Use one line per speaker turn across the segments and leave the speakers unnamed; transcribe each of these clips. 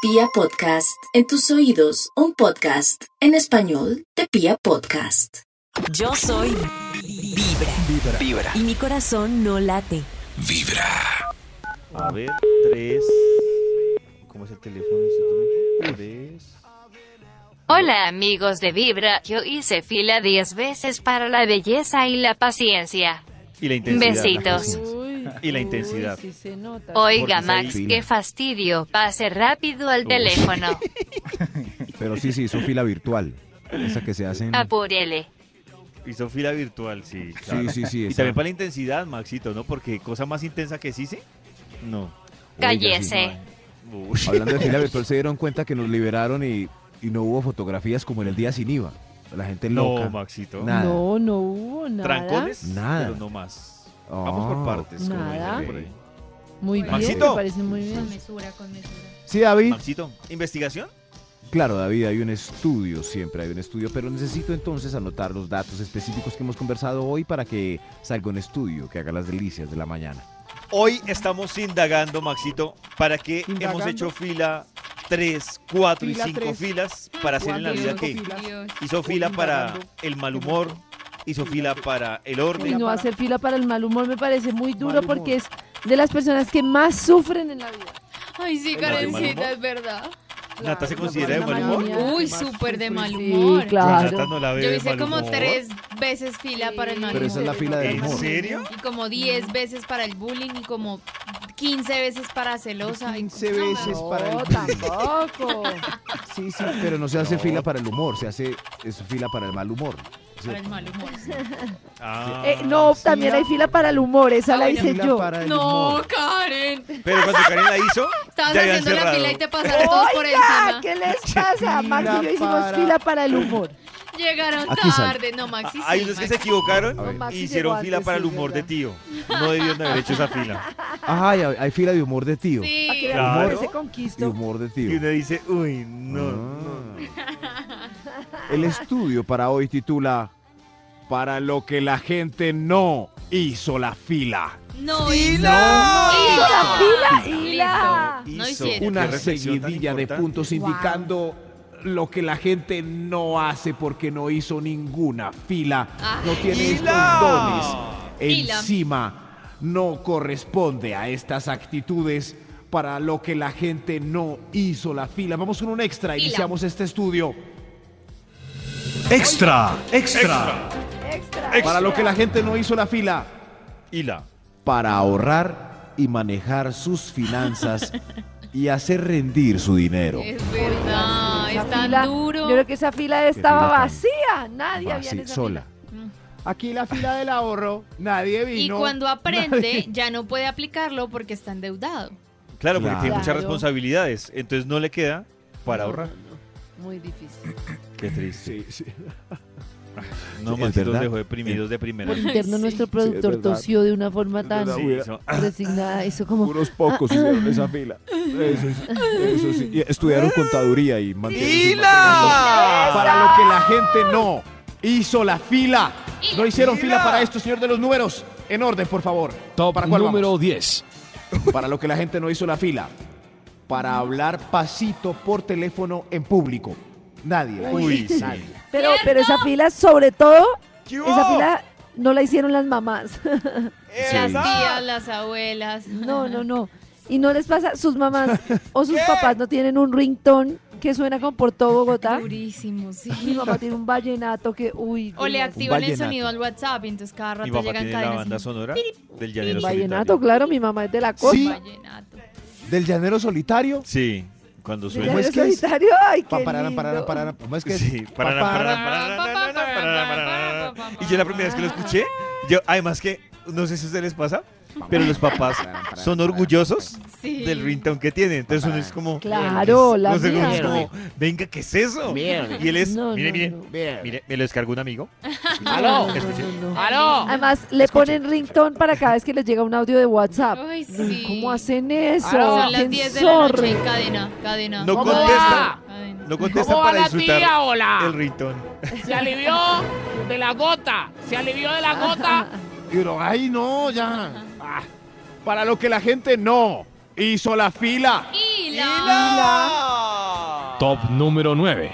Pia Podcast, en tus oídos, un podcast en español de Pia Podcast.
Yo soy vibra
Vibra.
y mi corazón no late.
Vibra.
A ver, tres. ¿Cómo es el teléfono? ¿Es el teléfono? Tres.
Hola amigos de Vibra, yo hice fila 10 veces para la belleza y la paciencia.
Y la intensidad.
Besitos.
la paciencia.
Uy,
Y la intensidad.
sí se nota.
Oiga
Porque
Max,
soy-
qué fastidio, pase rápido al
Uy.
teléfono,
Pero sí, sí, hizo fila virtual. Esa que se hacen.
Ah,
apúrele.
Hizo fila virtual, sí. claro.
Sí, sí, sí.
Y
esa.
también para la intensidad, Maxito, ¿no? Porque cosa más intensa que sí, sí. No.
Oiga, sí.
Cállese.
Uy.
Hablando de fila virtual, se dieron cuenta que nos liberaron y, y no hubo fotografías como en el día sin IVA. La gente
No,
loca.
Maxito.
Nada.
No, no hubo nada.
Trancones,
Nada.
pero no más.
Oh.
Vamos por partes. como
Nada.
dicen por ahí.
Muy bien,
Maxito.
me parece muy
Pues
bien.
Sí, David.
Maxito, ¿investigación?
Claro, David, hay un estudio, siempre hay un estudio, pero necesito entonces anotar los datos específicos que hemos conversado hoy para que salga un estudio que haga las delicias de la mañana.
Hoy estamos indagando, Maxito, para qué hemos
Indagando.
hecho fila 3, 4 y
Fila
5
tres,
filas para hacer en la vida Ah, que hizo fila para el mal humor, hizo fila para el
Y
orden.
no hacer fila para el mal humor me parece muy duro porque es de las personas que más sufren en la vida.
Ay, sí,
Ay, Nata, ¿de mal
Karencita,
humor?
es verdad.
Nata se
Claro,
considera de
la
mal humor.
mayoría.
Uy, súper de mal
Sí,
humor.
Nata
claro.
no la ve
Yo
de
hice
mal
como
humor.
tres veces fila para el mal
Pero esa es la
humor.
fila del
¿En
humor.
serio?
Y como 10 veces para el bullying y como 15 veces para celosa.
15
No,
veces
No,
para el
tampoco.
Sí, sí, pero no se hace
No.
fila para el humor, se hace es fila para el mal humor.
Para el mal humor.
Ah,
Eh, no,
sí,
también
la-
hay fila para el humor, esa
Ah,
la
bueno.
hice
Fila
yo.
para el
No,
humor.
Karen.
Pero cuando Karen la hizo,
Estabas
Ya habían
haciendo la
cerrado.
fila y te pasaron todos por
Oiga,
encima.
¿qué les pasa? Max y yo hicimos
para-
fila para el humor.
Llegaron
Aquí sal.
tarde. No, Maxi, sí.
hay unos que se
Maxi.
equivocaron
A ver.
Maxi
y hicieron
llegó
fila
antes,
para el
sí,
humor de
¿verdad?
tío. No debieron haber hecho esa fila.
Ajá, hay, hay fila de humor de tío.
Sí.
Para que vean
Claro.
cómo se
Y
conquistó.
humor de
Y
tío.
uno dice, uy, no, no.
Ah. El estudio para hoy titula Para lo que la gente no hizo la fila.
No,
¡Fila,
¡Fila!
fila!
No
Hizo
hicieron.
Qué
Una
reflexión tan
seguidilla de
importante.
puntos indicando lo que la gente no hace porque no hizo ninguna fila. No tiene estos dones.
Fila.
Encima, no corresponde a estas actitudes para lo que la gente no hizo la fila. Vamos con un extra.
Fila.
Iniciamos este estudio.
Extra, extra.
Para lo que la gente no hizo la fila.
Hila.
para ahorrar y manejar sus finanzas y hacer rendir su dinero.
Es verdad,
Esa
es tan
fila-
duro.
Yo creo que esa fila estaba
fila tan
vacía. Nadie había en
Así,
esa
sola.
fila. Mm.
Aquí la fila del ahorro, nadie
Y
vino.
cuando aprende,
nadie-
ya no puede aplicarlo porque está endeudado.
Claro, porque tiene
Claro.
muchas responsabilidades. Entonces no le queda para ahorrar.
fila. Muy difícil.
Qué triste.
Sí, sí.
No,
Sí, es
Maxito los
verdad.
dejó deprimidos de primera.
Por interno
sí.
nuestro productor
verdad.
tosió de una forma tan
verdad.
Sí,
hubiera-
hizo-
resignada. Eso como...
Unos pocos hicieron esa fila. Eso sí, eso sí. Y estudiaron contaduría y mantienen su matrimonio. Para lo que la gente no hizo la fila. No hicieron fila para esto, señor de los números. En orden, por favor.
Top
¿Para cuál
número 10.
para lo que la gente no hizo la fila. Para hablar pasito por teléfono en público. Nadie. la hizo.
Uy, sí.
Nadie.
Pero, pero esa fila, sobre todo, esa fila no la hicieron las mamás.
Eh,
Las tías, las abuelas.
No, no, no. Y no les pasa, sus mamás o sus papás no tienen un ringtone que suena con por todo Bogotá.
Durísimo,
Mi
sí.
mamá tiene un vallenato que, uy.
O le
Dios.
activan el
vallenato.
sonido al WhatsApp y entonces cada
Mi
rato
papá
llegan
tiene la
cadenas.
banda
y-
sonora del
Un
Llanero
vallenato,
Solitario.
claro, mi mamá es de la costa.
Sí.
Vallenato.
Del llanero solitario.
Sí, cuando
¿De
suena.
¿Cómo es
llanero
pues que es?
solitario? Ay, qué
Pa- pararan, pararan,
lindo.
pararan. ¿Cómo es que es?
Sí, para,
Pa-
para,
pararan.
para, para, para, para, para, para. Y yo la primera vez que lo escuché, yo, además que, no sé si a ustedes les pasa, pero los papás son orgullosos
Sí.
del ringtone que tienen. Entonces uno es como,
Claro, la
no sé, uno es
mía.
como, venga, ¿qué es eso? Y él es,
No,
mire,
no,
mire,
no.
mire, me lo descargó un amigo.
No, no, no, no. Además, le ponen ringtone para cada vez que les llega un audio de WhatsApp.
Ay, sí.
¿Cómo hacen eso?
Son las
¿Quién
10 de la noche
zorre?
en cadena, cadena.
No
¿Cómo
contesta,
Cadena, cadena.
no contesta para disfrutar el ringtone.
Se alivió de la gota. Se alivió de la gota.
Y uno, ay, no, ya. Ah, para lo que la gente no hizo la fila.
Y la...
Ah.
Top número 9.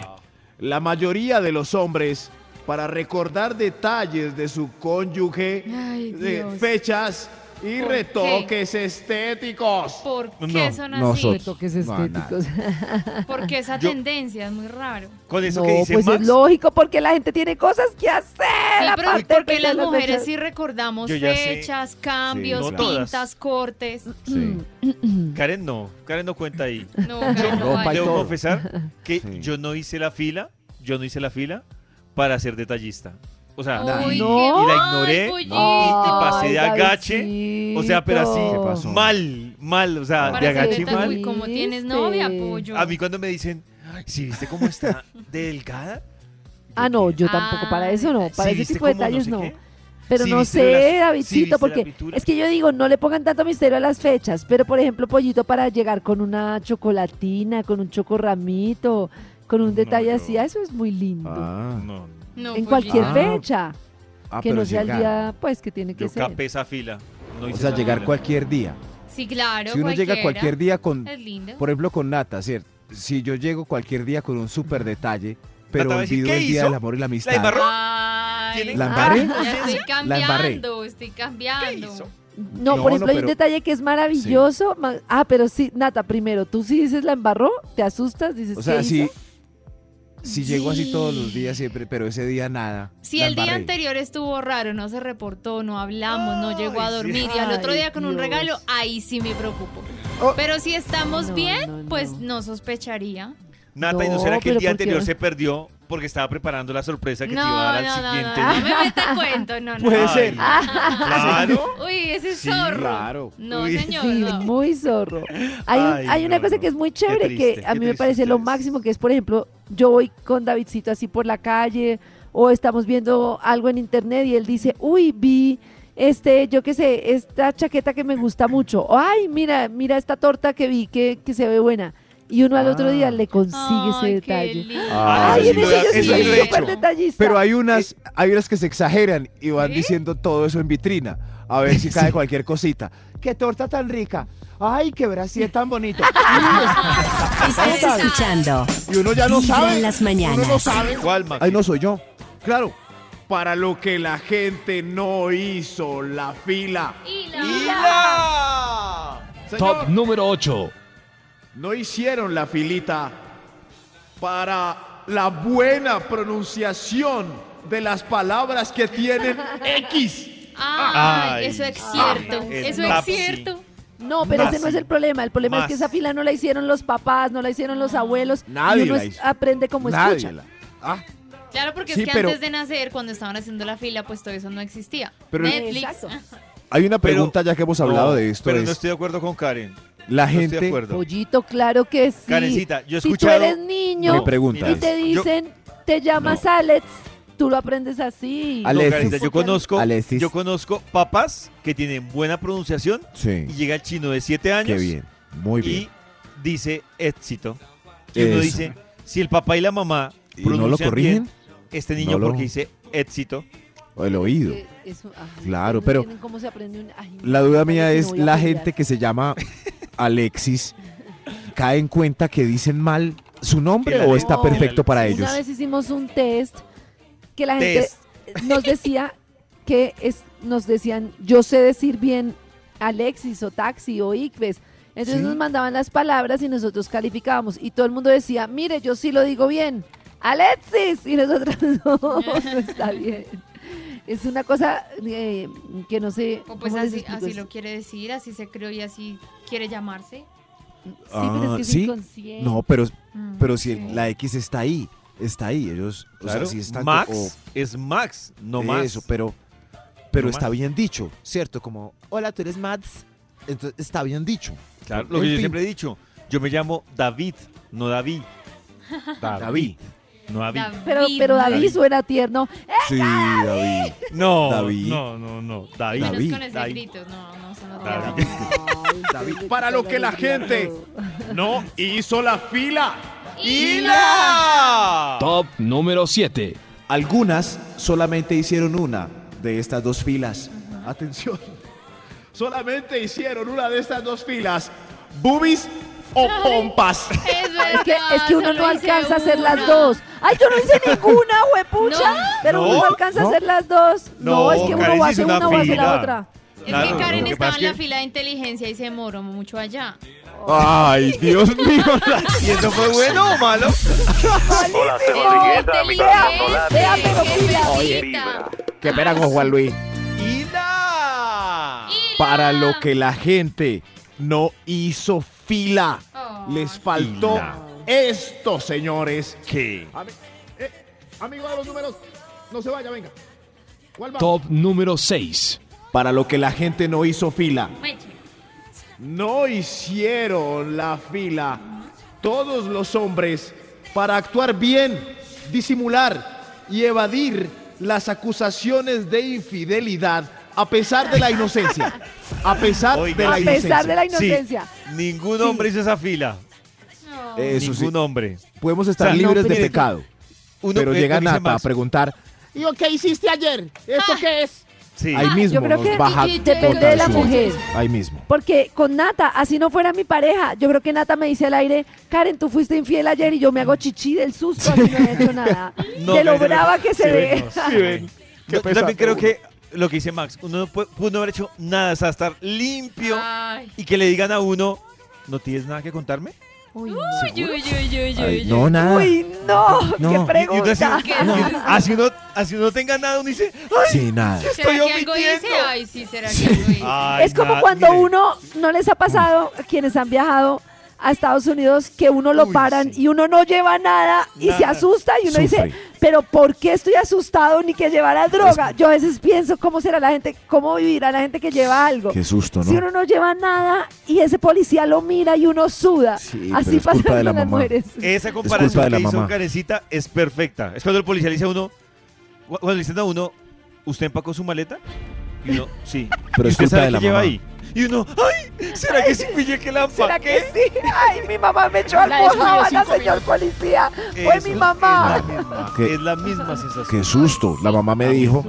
La mayoría de los hombres, para recordar detalles de su cónyuge,
Ay,
de
Dios.
fechas y
¿Por
retoques estéticos.
¿Por qué
No,
son así?
nosotros.
Toques
No, nada.
estéticos.
Porque esa
Yo-
tendencia es muy raro.
Con eso
No,
que dice
pues
Max,
es lógico porque la gente tiene cosas que hacer.
Sí, pero
aparte de
porque
pensar
las
en las
mujeres
fechas.
sí recordamos
Yo ya sé.
fechas, cambios,
no todas.
pintas, cortes.
Sí.
Karen no, Karen no cuenta ahí.
No, pero no
ropa y
vale.
Debo
todo.
confesar que
Sí.
yo no hice la fila, yo no hice la fila para ser detallista. O sea,
Uy,
y-
qué
No.
y la ignoré
mal,
y, y
Ay,
pasé Ah, de agache.
Davidcito.
O sea, pero así,
¿Qué pasó?
mal, mal, o sea,
Para
de
ser
agache
detalle,
mal.
uy, como tienes novia,
Triste.
pollo.
A mí cuando me dicen, si viste cómo está delgada?
Ah, no, yo tampoco
Ah,
para eso no,
"¿Sí
para ese
viste
tipo de
cómo no
detalles
sé
no.
qué?".
Pero
¿Sí
no
viste lo de las- sí
sé,
viste
Davidcito,
la
porque
pintura?
es que yo digo, no le pongan tanto misterio a las fechas, pero por ejemplo, pollito para llegar con una chocolatina, con un chocorramito, con un
No,
detalle
yo-
así, ah, eso es muy lindo.
Ah,
No, no,
No,
en
pollito.
cualquier
Ah,
fecha,
ah,
que
pero
no sea el
llegar.
día, pues, que tiene que
yo
ser.
capé esa fila. No
O
hice
sea,
esa
llegar
fila.
cualquier día.
Sí, claro.
Si uno llega cualquier
cualquiera.
día con,
Es lindo.
por ejemplo, con Nata, ¿cierto? Si yo llego cualquier día con un súper detalle, pero
Nata va a decir,
olvido
"¿Qué
el día
hizo?
del amor y la amistad.
embarró?
Ay,
ah,
¿La
ya
embarré?
estoy
La embarré.
cambiando, estoy cambiando.
No,
No,
por ejemplo,
no,
hay
pero-
un detalle que es maravilloso. ma- Ah, pero sí, Nata, primero, tú sí dices la embarró, te asustas, dices,
O sea,
¿qué
si,
hizo?
si llego así todos los días siempre, pero ese día nada.
Si
la
el día
embarré.
anterior estuvo raro, no se reportó, no hablamos, no llegó a
Ay, sí.
dormir y al otro
Ay,
día con un
Dios.
regalo, ahí sí me preocupo.
Oh.
Pero si estamos
No,
bien,
no, no.
pues no sospecharía.
Nata, ¿y no
No,
será que el
pero
día
¿por qué?
anterior se perdió porque estaba preparando la sorpresa que
no,
te iba a dar
no,
al
no,
siguiente?
no, no
día?
me meta cuento, no, no.
Puede
Ay,
ser.
Claro.
Uy, ese
Sí,
zorro.
claro.
No,
Uy,
señor,
Sí,
no.
muy zorro. Hay, un-
Ay,
hay una
no,
cosa
no.
que es muy chévere,
triste,
que a
qué
mí me
triste
parece lo
ustedes.
máximo, que es, por ejemplo, yo voy con Davidcito así por la calle o estamos viendo algo en internet y él dice, uy, vi este, yo qué sé, esta chaqueta que me gusta mucho. O, Ay, mira, mira esta torta que vi que, que se ve buena. Y uno al otro día le consigue ese
Ay, qué
detalle.
lindo.
Ah,
Ay,
Ah. eso
en
sí lo-
eso yo sí
eso sí lo
soy
he
súper
hecho.
detallista.
Pero hay unas, hay unas que se exageran y van
¿Sí?
diciendo todo eso en vitrina. A ver si cae cualquier cosita. ¡Qué torta tan rica! ¡Ay, qué es tan bonito!
Estás
Esa.
escuchando
Y uno ya no
Vibra
sabe.
en las
Uno no
mañanas.
sabe.
¿Cuál, Max?
Ay, no soy yo. Claro. Para lo que la gente no hizo la fila.
Y la-
Top
Señor,
número 8.
no hicieron la filita para la buena pronunciación de las palabras que tienen X.
Ay,
Ay,
Ah,
eso es
sí.
cierto.
El
Eso es
Tapsi.
cierto.
No, pero
Más.
ese no es el problema. El problema
Más.
es que esa fila no la hicieron los papás, no la hicieron los abuelos.
Nadie
y uno
la
es-
hizo.
aprende como
Nadie
escucha.
la- Ah,
Claro, porque
Sí,
es que
pero-
antes de nacer, cuando estaban haciendo la fila, pues todo eso no existía.
Pero-
Netflix.
Exacto.
hay una
Pero-
pregunta ya que hemos hablado
No,
de esto.
Pero
es,
no estoy de acuerdo con Karen.
la
No estoy de
gente
acuerdo.
Pollito, claro que sí.
Karencita, yo he
si tú
escuchado-
eres niño
Me preguntas.
y te
Yo-
dicen, te llamas Alex, tú lo aprendes así.
No,
Alexis.
Karencita, yo conozco,
Alexis.
yo conozco papás que tienen buena pronunciación
Sí,
y llega el chino de 7 años
qué bien. Muy bien.
y dice éxito. Y uno
Eso.
dice, si el papá y la mamá
¿Y no lo
pronuncian
corrigen?
bien, este niño
No lo-
porque dice éxito.
O el oído.
Que eso- ay,
Claro,
no
pero
entienden cómo se aprende un- ay,
La duda mía
parece que
es
me voy a
la
pelear.
gente que se llama Alexis cae en cuenta que dicen mal su nombre
El
o
Ale-
está
No,
perfecto para
Una
ellos.
vez hicimos un test que la
Test.
gente nos decía que es, nos decían, yo sé decir bien Alexis o taxi o Icves. Entonces
¿Sí?
nos mandaban las palabras y nosotros calificábamos. Y todo el mundo decía, mire, yo sí lo digo bien. Alexis. Y nosotros no, no está bien. Es una cosa eh, que no sé.
O pues
¿cómo les
así,
explico?
así lo quiere decir, así se creó y así quiere llamarse.
Sí, pero es que
Ah,
es
¿sí?
inconsciente.
No, pero,
Mm,
pero si
sí.
la X está ahí, está ahí. Ellos, o sea, si están
Max
o-
es Max, no más.
Eso, pero, pero
No
está
más.
bien dicho, ¿cierto? Como, hola, tú eres Max. Entonces, está bien dicho.
Claro, lo que
En
yo
fin.
siempre he dicho, yo me llamo David, no David,
David.
no David.
David.
Pero, pero David
David.
suena tierno.
Sí, David.
No,
David.
no, no, no, David.
Menos
David.
con ese
David.
grito, no, no son los
David.
diablos.
Ay,
David.
ustedes
Para lo que la
hablan
gente-
de todo.
No hizo la fila.
¡Hila!
Top número 7.
Algunas solamente hicieron una de estas dos filas. Atención. Solamente hicieron una de estas dos filas. Boobies o pompas.
Eso
es que, es que uno
solo
no
hice
alcanza a hacer
una.
las dos. Ay, yo no hice ninguna, huepucha.
No.
Pero uno
No,
no alcanza
no.
a hacer las dos. No,
No,
es que uno
Karen
va a
hizo
hacer
una
una, o hace la
fila.
otra.
Claro,
es que Karen
lo que
estaba
pasa
en la
es que-
fila de inteligencia y se moró mucho allá.
Ay, Dios mío.
¿Y eso fue bueno o malo?
Hola,
Inteligente,
Sebastián, mi gran Solano.
vea, pero
qué
fila.
fresita.
Qué pena con Juan Luis.
¡Ila!
Para lo que la gente no hizo fila.
Oh.
Les faltó
Fila.
esto, señores.
¿Qué?
Ami- eh, amigo de los números, no se vaya, venga. ¿Cuál va?
Top número 6.
Para lo que la gente no hizo fila.
Meche.
No hicieron la fila todos los hombres para actuar bien, disimular y evadir las acusaciones de infidelidad a pesar de la inocencia. A pesar
Oiga.
de la
A
inocencia.
pesar de la inocencia.
Sí, ningún hombre hizo esa fila.
Eso sí,
ningún hombre.
podemos estar
O sea, no,
libres de
mire,
pecado,
Uno
pero
eh,
llega
dice
Nata a
más.
preguntar. ¿Y yo qué hiciste ayer? ¿Esto qué es?
Sí.
Ahí mismo
Ah, yo creo
nos
que
baja
y- y-
contra
depende de la
su-
mujer.
Ahí mismo.
Porque con Nata, así no fuera mi pareja, yo creo que Nata me dice al aire, Karen, tú fuiste infiel ayer y yo me hago chichi del susto, así no he hecho nada.
No,
de lo
Karen,
brava que
sí,
se ve.
no, sí, ven.
Qué
Yo- yo
pesar,
también creo
uno.
que lo que dice Max, uno no puede, pudo no haber hecho nada, o sea, estar limpio
Ay.
y que le digan a uno, ¿no tienes nada que contarme?
Uy,
Uy, uy, uy, uy,
Ay,
uy,
no, nada.
Uy, no,
No, y- y uno
qué
Y uno así,
pregunta.
¿Qué
no.
haces?
así uno, así uno tenga nada, uno dice, ¡ay!
Sí, nada.
¿Será
Estoy
que
omitiendo.
algo dice? Ay, sí, será que algo dice.
Ah.
Ay,
Es como
nada,
cuando
mire,
uno, no les ha pasado, a quienes han viajado a Estados Unidos, que uno lo
Uy,
paran
sí.
y uno no lleva nada y se
Nada.
asusta y uno
Sufre.
dice, pero ¿por qué estoy asustado ni que llevara droga? Yo a veces pienso cómo será la gente, cómo vivirá la gente que lleva algo.
Qué susto,
Si
¿no?
uno no lleva nada y ese policía lo mira y uno suda.
Sí, pero
Así
es culpa
pasa
de la
con las
mamá.
mujeres.
Eh,
Esa
Es culpa de
comparación
la
que hizo
mamá.
Karencita es perfecta. Es cuando el policía le dice a uno, cu- cuando le dicen a uno, ¿usted empacó su maleta? Y uno, sí.
Pero
¿Y
es
usted
culpa
sabe
de la
qué lleva
mamá.
ahí? Y uno, ¡ay! ¿Será que sí pillé que la
¿Será que
empaqué?
sí? Ay, mi mamá me echó al
La descuidé
la
cinco
señor policía. Fue
Eso,
mi mamá.
Es la misma,
Ah, ¿Qué?
es la misma sensación.
Qué susto. La mamá me dijo.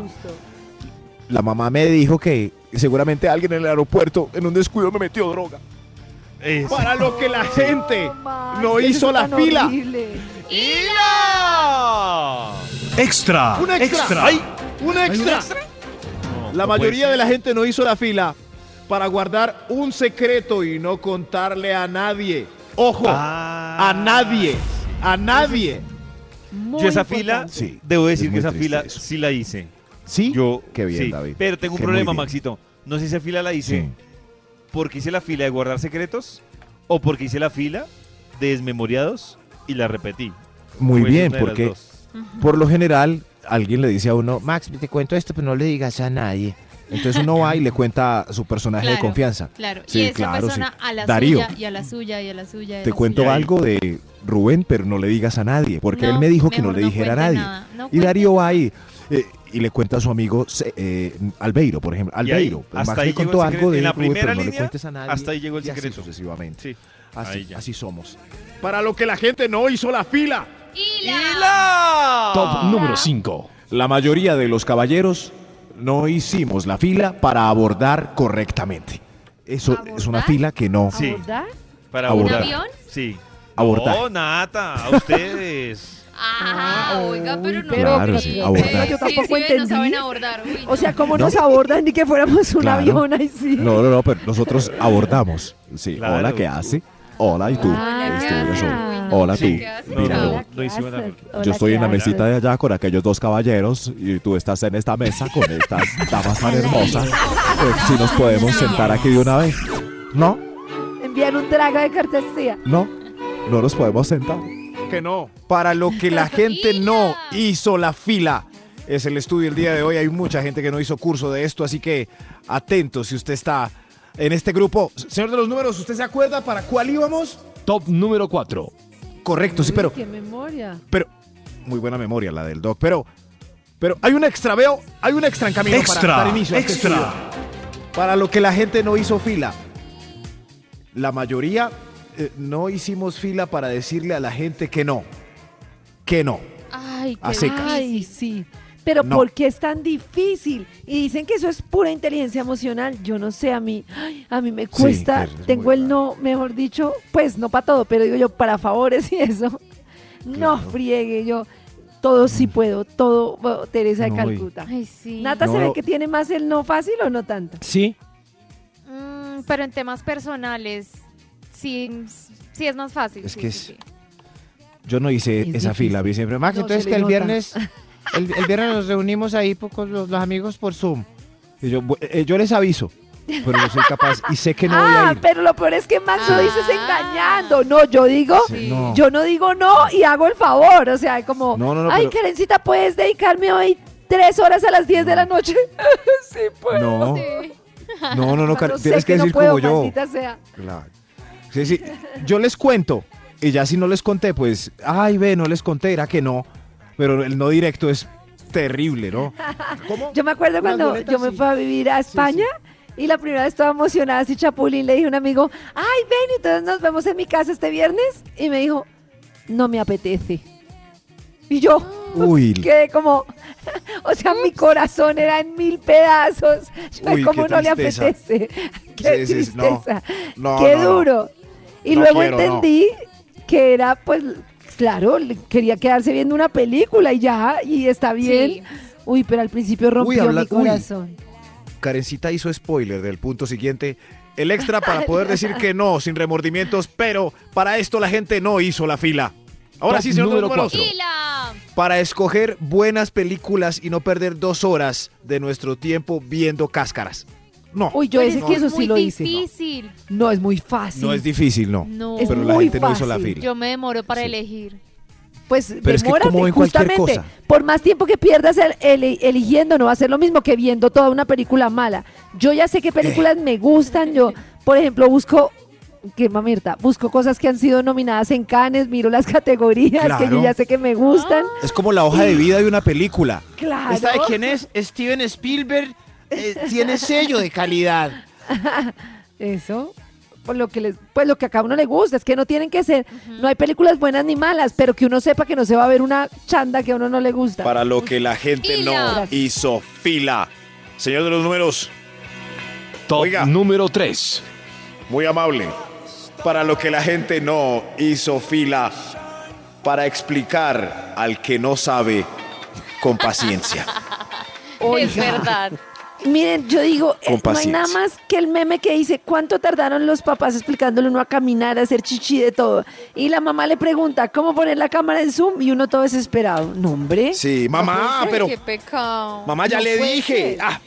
La mamá me dijo que seguramente alguien en el aeropuerto en un descuido me metió droga.
Es-
Para lo que la gente
Mamá,
no
es que eso
hizo
es
la
tan
fila.
horrible.
¡Hila!
Extra.
Un extra. Ay, un extra. La mayoría de la gente no hizo la fila para guardar un secreto y no contarle a nadie. Ojo,
Ah.
a nadie, a nadie.
Yo esa fila,
Sí,
debo decir
es
que
muy
esa
triste
fila
eso.
sí la hice.
¿Sí?
Yo,
Qué bien,
sí.
David.
Pero tengo un
Qué muy
problema,
bien.
Maxito. No sé si esa fila la hice
Sí.
porque hice la fila de guardar secretos o porque hice la fila de desmemoriados y la repetí.
Muy
Fue
bien,
una de las
porque
dos.
por lo general alguien le dice a uno, Max, te cuento esto, pero no le digas a nadie. Entonces uno va y le cuenta a su personaje de
Claro,
confianza.
Claro,
Sí,
y esa
claro,
persona
sí.
a la
Darío.
suya, y a la suya, y a la suya. y a
Te
la
cuento
suya.
algo de Rubén, pero no le digas a nadie, porque
No,
él me dijo que no
mejor
le dijera a
cuente
nadie.
nada, no
Y
cuente
Darío va ahí eh, y le cuenta a su amigo se- eh, Albeiro, por ejemplo.
Y ahí,
Albeiro,
hasta
Max
ahí
le
llegó el
contó
secreto.
algo de
En la
Rubén, pero
primera
no le
línea,
cuentes a nadie.
hasta ahí llegó el
y así
secreto.
sucesivamente.
Sí. Ahí
Así,
ya.
así somos. Para lo que la gente no hizo la fila.
¡Hila!
Top
Ah.
número 5.
La mayoría de los caballeros no hicimos la fila para abordar correctamente. Eso es una
¿Abordar?
fila que no.
Sí.
¿Abordar?
Para
¿Abordar?
abordar.
¿Un avión?
Sí.
Abordar.
No, Nata, a ustedes.
Ah, oiga, pero no.
pero-
Claro, sí, abordar.
Yo tampoco
sí, ven, No saben
entendí.
abordar. Uy,
O sea, como
No.
nos abordan ni que fuéramos un
Claro.
avión ahí sí.
No, no, no, pero nosotros abordamos. Sí,
Claro.
hola, ¿qué hace? Hola, ¿y tú?
Ah,
Estoy yo
¿qué
soy.
haces?
Hola, tú.
Sí,
¿qué haces?
Mira,
No,
yo-
no, no hicimos nada.
yo estoy en la mesita de allá con aquellos dos caballeros y tú estás en esta mesa con estas damas tan hermosas. si nos podemos sentar aquí de una vez. No,
Envían un trago de cortesía.
no, no nos podemos sentar. Que no. Para lo que la gente no hizo la fila. Es el estudio el día de hoy. Hay mucha gente que no hizo curso de esto, así que atento si usted está en este grupo. Señor de los números, ¿usted se acuerda para cuál íbamos?
Top número 4.
Correcto, sí, pero
Uy, qué memoria.
Pero, muy buena memoria la del Doc, pero, pero hay un extra, veo, hay un extra en camino
Extra,
para dar inicio a este
extra.
estudio. Para lo que la gente no hizo fila. La mayoría eh, no hicimos fila para decirle a la gente que no. Que no.
Ay, qué
A secas.
difícil.
Ay, sí. pero
No.
¿por qué es tan difícil? Y dicen que eso es pura inteligencia emocional. Yo no sé, a mí, ay, a mí me cuesta,
pero es muy
tengo el no, mejor dicho, pues no para todo, pero digo yo, para favores y eso. No friegue yo. Todo sí puedo, todo, bueno, Teresa de
Mm. No, y-
Calcuta.
Ay, sí.
Nata se ve
No.
que tiene más el no fácil o no tanto.
Sí.
Mm, pero en temas personales, sí, sí es más fácil.
Es
sí,
que
sí,
es- Yo no hice
Es
esa
difícil.
fila, a mí siempre. Max,
No,
entonces
se
que
le
el
nota.
viernes, el, el viernes nos reunimos ahí pocos los, los amigos por Zoom. Y yo, bu- eh, yo les aviso, pero no soy capaz y sé que no voy a
ah,
ir.
pero lo peor es que Max lo dices
Ah.
engañando. No, yo digo,
Sí, no.
yo no digo no y hago el favor. O sea, como,
No, no, no,
ay,
pero-
Karencita, ¿puedes dedicarme hoy tres horas a las 10 de la noche? sí, pues.
No, no, no, no, Karen,
sé
tienes que
no
decir
puedo,
como yo.
maldita sea.
Claro. Sí, sí, yo les cuento y ya si no les conté, pues, ay, ve, no les conté, era que no. Pero el no directo es terrible, ¿no? ¿Cómo?
Yo me acuerdo
Unas
cuando
boletas,
yo me
sí.
fui a vivir a España y la primera vez estaba emocionada así chapulín. Le dije a un amigo, ay, ven, entonces nos vemos en mi casa este viernes. Y me dijo, no me apetece. Y yo
Uy.
quedé como, o sea, mi corazón era en mil pedazos. Yo,
Uy,
¿cómo
qué
no le
tristeza.
apetece? Qué
Sí, sí, sí, no.
tristeza.
No,
Qué
no, no.
duro. Y
No
luego
quiero, no.
entendí que era, pues, claro, le- quería quedarse viendo una película y ya, y está bien.
Sí.
Uy, pero al principio rompió
habla-
mi
uy.
corazón.
Karencita hizo spoiler del punto siguiente. El extra para poder decir que no, sin remordimientos, pero para esto la gente no hizo la fila. Ahora
Top
sí, señor
número
número
cuatro.
Fila.
Para escoger buenas películas y no perder dos horas de nuestro tiempo viendo cáscaras. No,
Uy, yo
Pero
ese
pues es
que eso
que es
sí
muy
lo hice.
difícil.
No, es muy fácil.
no es difícil, no.
No.
Es
pero la
muy
gente no hizo la
fácil.
fila.
Yo me demoro para
Sí.
elegir.
Pues
Pero es que
demórate,
como en cualquier
justamente.
cosa.
Por más tiempo que pierdas el- el- eligiendo, no va a ser lo mismo que viendo toda una película mala. Yo ya sé qué películas me gustan. Yo, por ejemplo, busco. Qué mamerta. Busco cosas que han sido nominadas en Cannes, miro las categorías que yo
Claro.
ya sé que me gustan.
Es como la hoja de vida de una película.
Claro.
¿Esta de quién es? Steven Spielberg eh, tiene sello de calidad.
Eso. Por lo que les, pues lo que a cada uno le gusta, es que no tienen que ser, no hay películas buenas ni malas, pero que uno sepa que no se va a ver una chanda que a uno no le gusta.
Para lo que la gente no
Fila.
hizo fila. Señor de los números,
Top
Oiga.
número 3.
muy amable. Para lo que la gente no hizo fila. Para explicar al que no sabe con paciencia.
Es verdad.
Miren, yo digo,
Con
eh, no hay nada
paciencia.
más que el meme que dice, ¿cuánto tardaron los papás explicándole a uno a caminar, a hacer chichi de todo? Y la mamá le pregunta, ¿cómo poner la cámara en Zoom? Y uno todo desesperado. No, hombre.
Sí, mamá, pero
Qué pecado.
mamá ya
No
le
puede
dije.
ser.
Ah,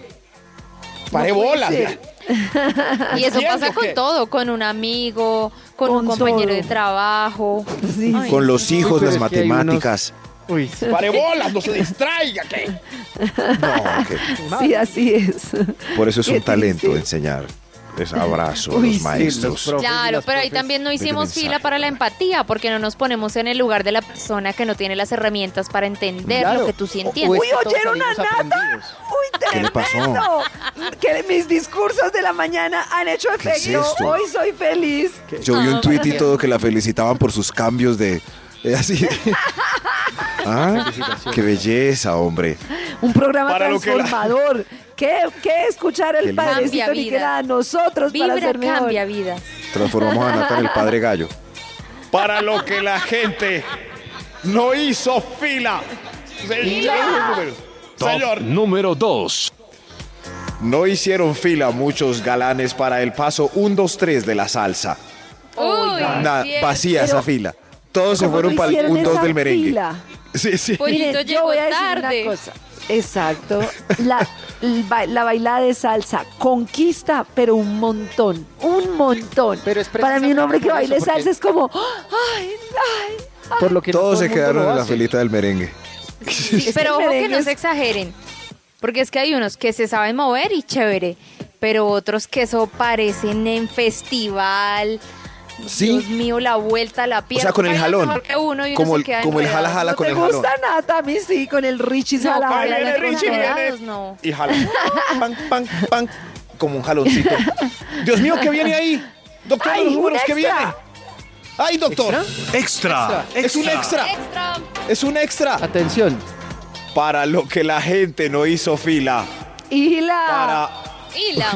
pare
No puede
bolas.
ser.
Y eso pasa
¿Entiendo
con
qué?
todo, con un amigo, con,
Con
un compañero
todo.
de trabajo.
Sí,
Ay,
Con los hijos,
Pero
las
es que hay
matemáticas.
Uy,
Pare bolas, no se distraiga. ¿qué? No, que
sí, así es.
por eso es
Qué
un talento
triste.
enseñar. Es abrazo a
Uy,
los
sí,
maestros.
los profes y
Claro,
las
pero ahí
profes.
también no
Vete
hicimos
mensaje,
fila para la empatía, porque no nos ponemos en el lugar de la persona que no tiene las herramientas para entender
Claro.
lo que tú sí
O- o
entiendes.
Pues
es que todos
¿oyeron a
salimos
Nata?
aprendidos.
Uy,
¿Qué le pasó?
tremendo. Que mis discursos de la mañana han hecho
¿Qué es
efecto.
esto?
Hoy soy feliz.
Yo vi un tweet y todo que la felicitaban por sus cambios de. eh, así. Ah, qué belleza, hombre.
Un programa
Para lo que la-
transformador. ¿Qué, qué escuchar
Qué
el
lindo.
padrecito
Cambia
Niquel
vidas.
a nosotros para
Vibra
ser mejor?
cambia vidas.
Transformamos a Natal el padre gallo. Para lo que la gente no hizo fila.
Top número 2.
No hicieron fila muchos galanes para el paso 1, 2, 3 de la salsa.
Uy,
Nada,
cierto.
vacía esa
Pero,
fila. Todos se
¿cómo
fueron
no
para el
hicieron
1, 2
esa
del merengue.
fila? Pues,
Sí, sí.
Pollito
Miren, yo
llegó
voy a decir
tarde.
una cosa. Exacto. La, el ba- la bailada de salsa conquista, pero un montón, un montón.
Pero es
Para mí un hombre que baile
precisamente por eso,
salsa
porque-
es como, ay, ay.
Por lo que no
Todos
todo
se
el mundo
quedaron
lo
en la
hace.
filita del merengue.
Sí, pero ojo que no
merengues.
se exageren, porque es que hay unos que se saben mover y chévere, pero otros que eso parecen en festival.
Sí.
Dios mío, la vuelta, la
O
pierna.
sea, con el
Bailan
jalón.
mejor que uno y uno
Como
se
el,
queda
como el
enredado.
jala jala
¿No
con
te
el jalón.
gusta nada? A mí sí, con el Richie
No,
Salada.
para
viene
los
Richie, viene.
enamorados, no.
Y jala. Pan, pan, pan. Como un jaloncito. Dios mío, ¿qué viene ahí? Doctor,
Ay,
de los
un
números, ¿qué viene?
extra.
¡Ay, doctor!
Extra.
Es un extra.
Extra.
Es un extra.
Atención,
para lo que la gente no hizo fila,
Hila.
Hila.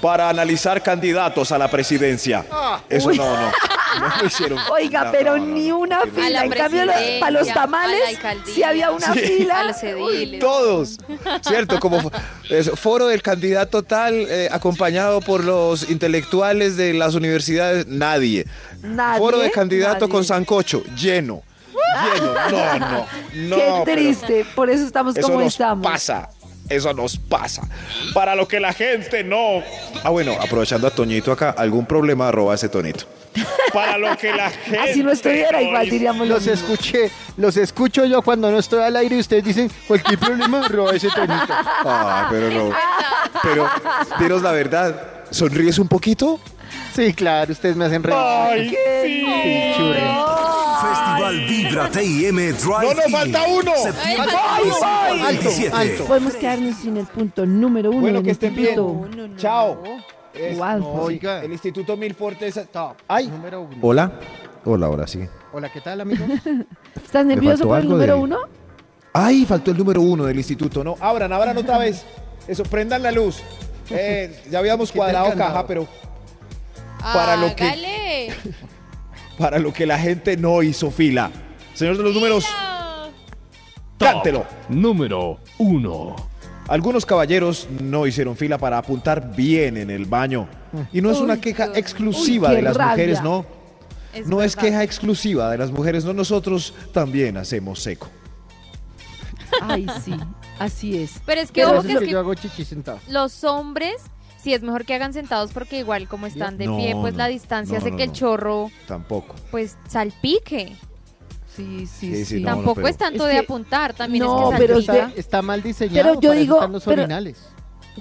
para analizar candidatos a la presidencia. Eso
Ah. Uy.
no, no. No lo hicieron.
Oiga,
fila,
pero
no, no,
ni una
no.
fila. En cambio, los- para los
presidencia, a la
tamales,
alcaldía.
si había una
Sí.
fila.
A los ediles.
Todos, ¿cierto? Como fo- es, foro del candidato tal, eh, acompañado por los intelectuales de las universidades, nadie.
Nadie,
foro de candidato
nadie. Ah.
con sancocho, lleno. Lleno. No, no. no
Qué
pero
triste, por eso estamos
Eso
como
nos
Pues, estamos.
pasa. Eso nos pasa. Para lo que la gente no. Ah, bueno, aprovechando a Toñito acá, algún problema roba ese Tonito.
Para lo que la gente.
Así no estuviera, igual diríamos lo
Los
mismo.
escuché, los escucho yo cuando no estoy al aire y ustedes dicen cualquier problema, roba ese tonito.
Ay, Ah, pero no. Pero, dinos la verdad, ¿sonríes un poquito?
Sí, claro, ustedes me hacen reír.
Ay,
Festival Vibra TIM Drive.
No, no, falta uno.
Septiembre
Ay,
del
falta uno.
27.
Alto,
Podemos quedarnos sin el punto número uno.
Bueno,
del
que estén bien.
instituto.
Chao.
Es- no,
Oiga.
El Instituto Mil Fortes. Ay.
Número uno.
Hola. Hola, hola, sí.
Hola, ¿qué tal, amigo?
¿Estás nervioso
faltó
por el
algo
número
de-
uno?
Ay, faltó el número uno del instituto, ¿no?
Abran, abran otra vez. Eso, prendan la luz. Eh, ya habíamos
¿Qué tal
cuadrado
candado?
caja, pero Para lo que-
Hágale.
Para lo que la gente no hizo fila. Señor de los números, cántelo.
Número uno.
Algunos caballeros no hicieron fila para apuntar bien en el baño. Y no es
Uy,
una queja exclusiva
Uy, qué
de las
rabia.
mujeres, ¿no?
Es
no es
verdad.
queja exclusiva de las mujeres, no. Nosotros también hacemos seco.
Ay, sí, así es.
Pero es que
Pero
ojo
eso
que
es
es
que
que
yo hago chichi sentado.
los hombres sí es mejor que hagan sentados porque igual como están de
No,
pie, pues
no.
la distancia
No,
hace
no,
que el
no.
chorro
Tampoco.
pues salpique.
Sí, sí,
Sí,
sí.
sí, no,
Tampoco
pero-
es tanto
Es
de
que-
apuntar, también
No,
es que
pero
Pero
es
salpica.
está,
de-
está mal diseñado.
pero yo
para eso
digo-
están los
pero-
orinales.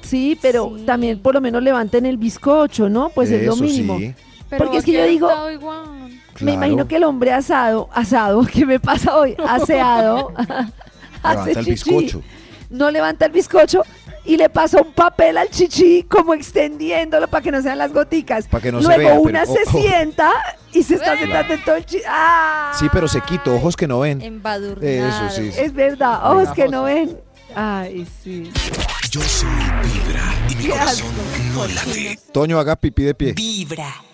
Sí, pero
Sí.
también por lo menos levanten el bizcocho, ¿no? Pues es lo
Eso
mínimo.
sí,
Pero
porque es que
queda
yo digo-
untado igual.
Me
claro.
imagino que el hombre asado, asado, ¿qué me pasa hoy? Aseado. hace
Levanta el
chichi,
bizcocho.
No levanta el bizcocho y le pasa un papel al chichi como extendiéndolo para que no sean las goticas.
Para que no se
Luego
vea, pero-
una se
oh, oh.
sienta y se está
Claro.
sentando en todo el chichi. ¡Ah!
Sí, pero se quito, ojos que no
Eh,
ven.
Embadurnado.
Eso sí.
Es verdad, ojos que no ven. Ay, sí.
Yo soy Vibra y mi
Qué
corazón no
asco.
late.
Toño haga pipí de pie.
Vibra.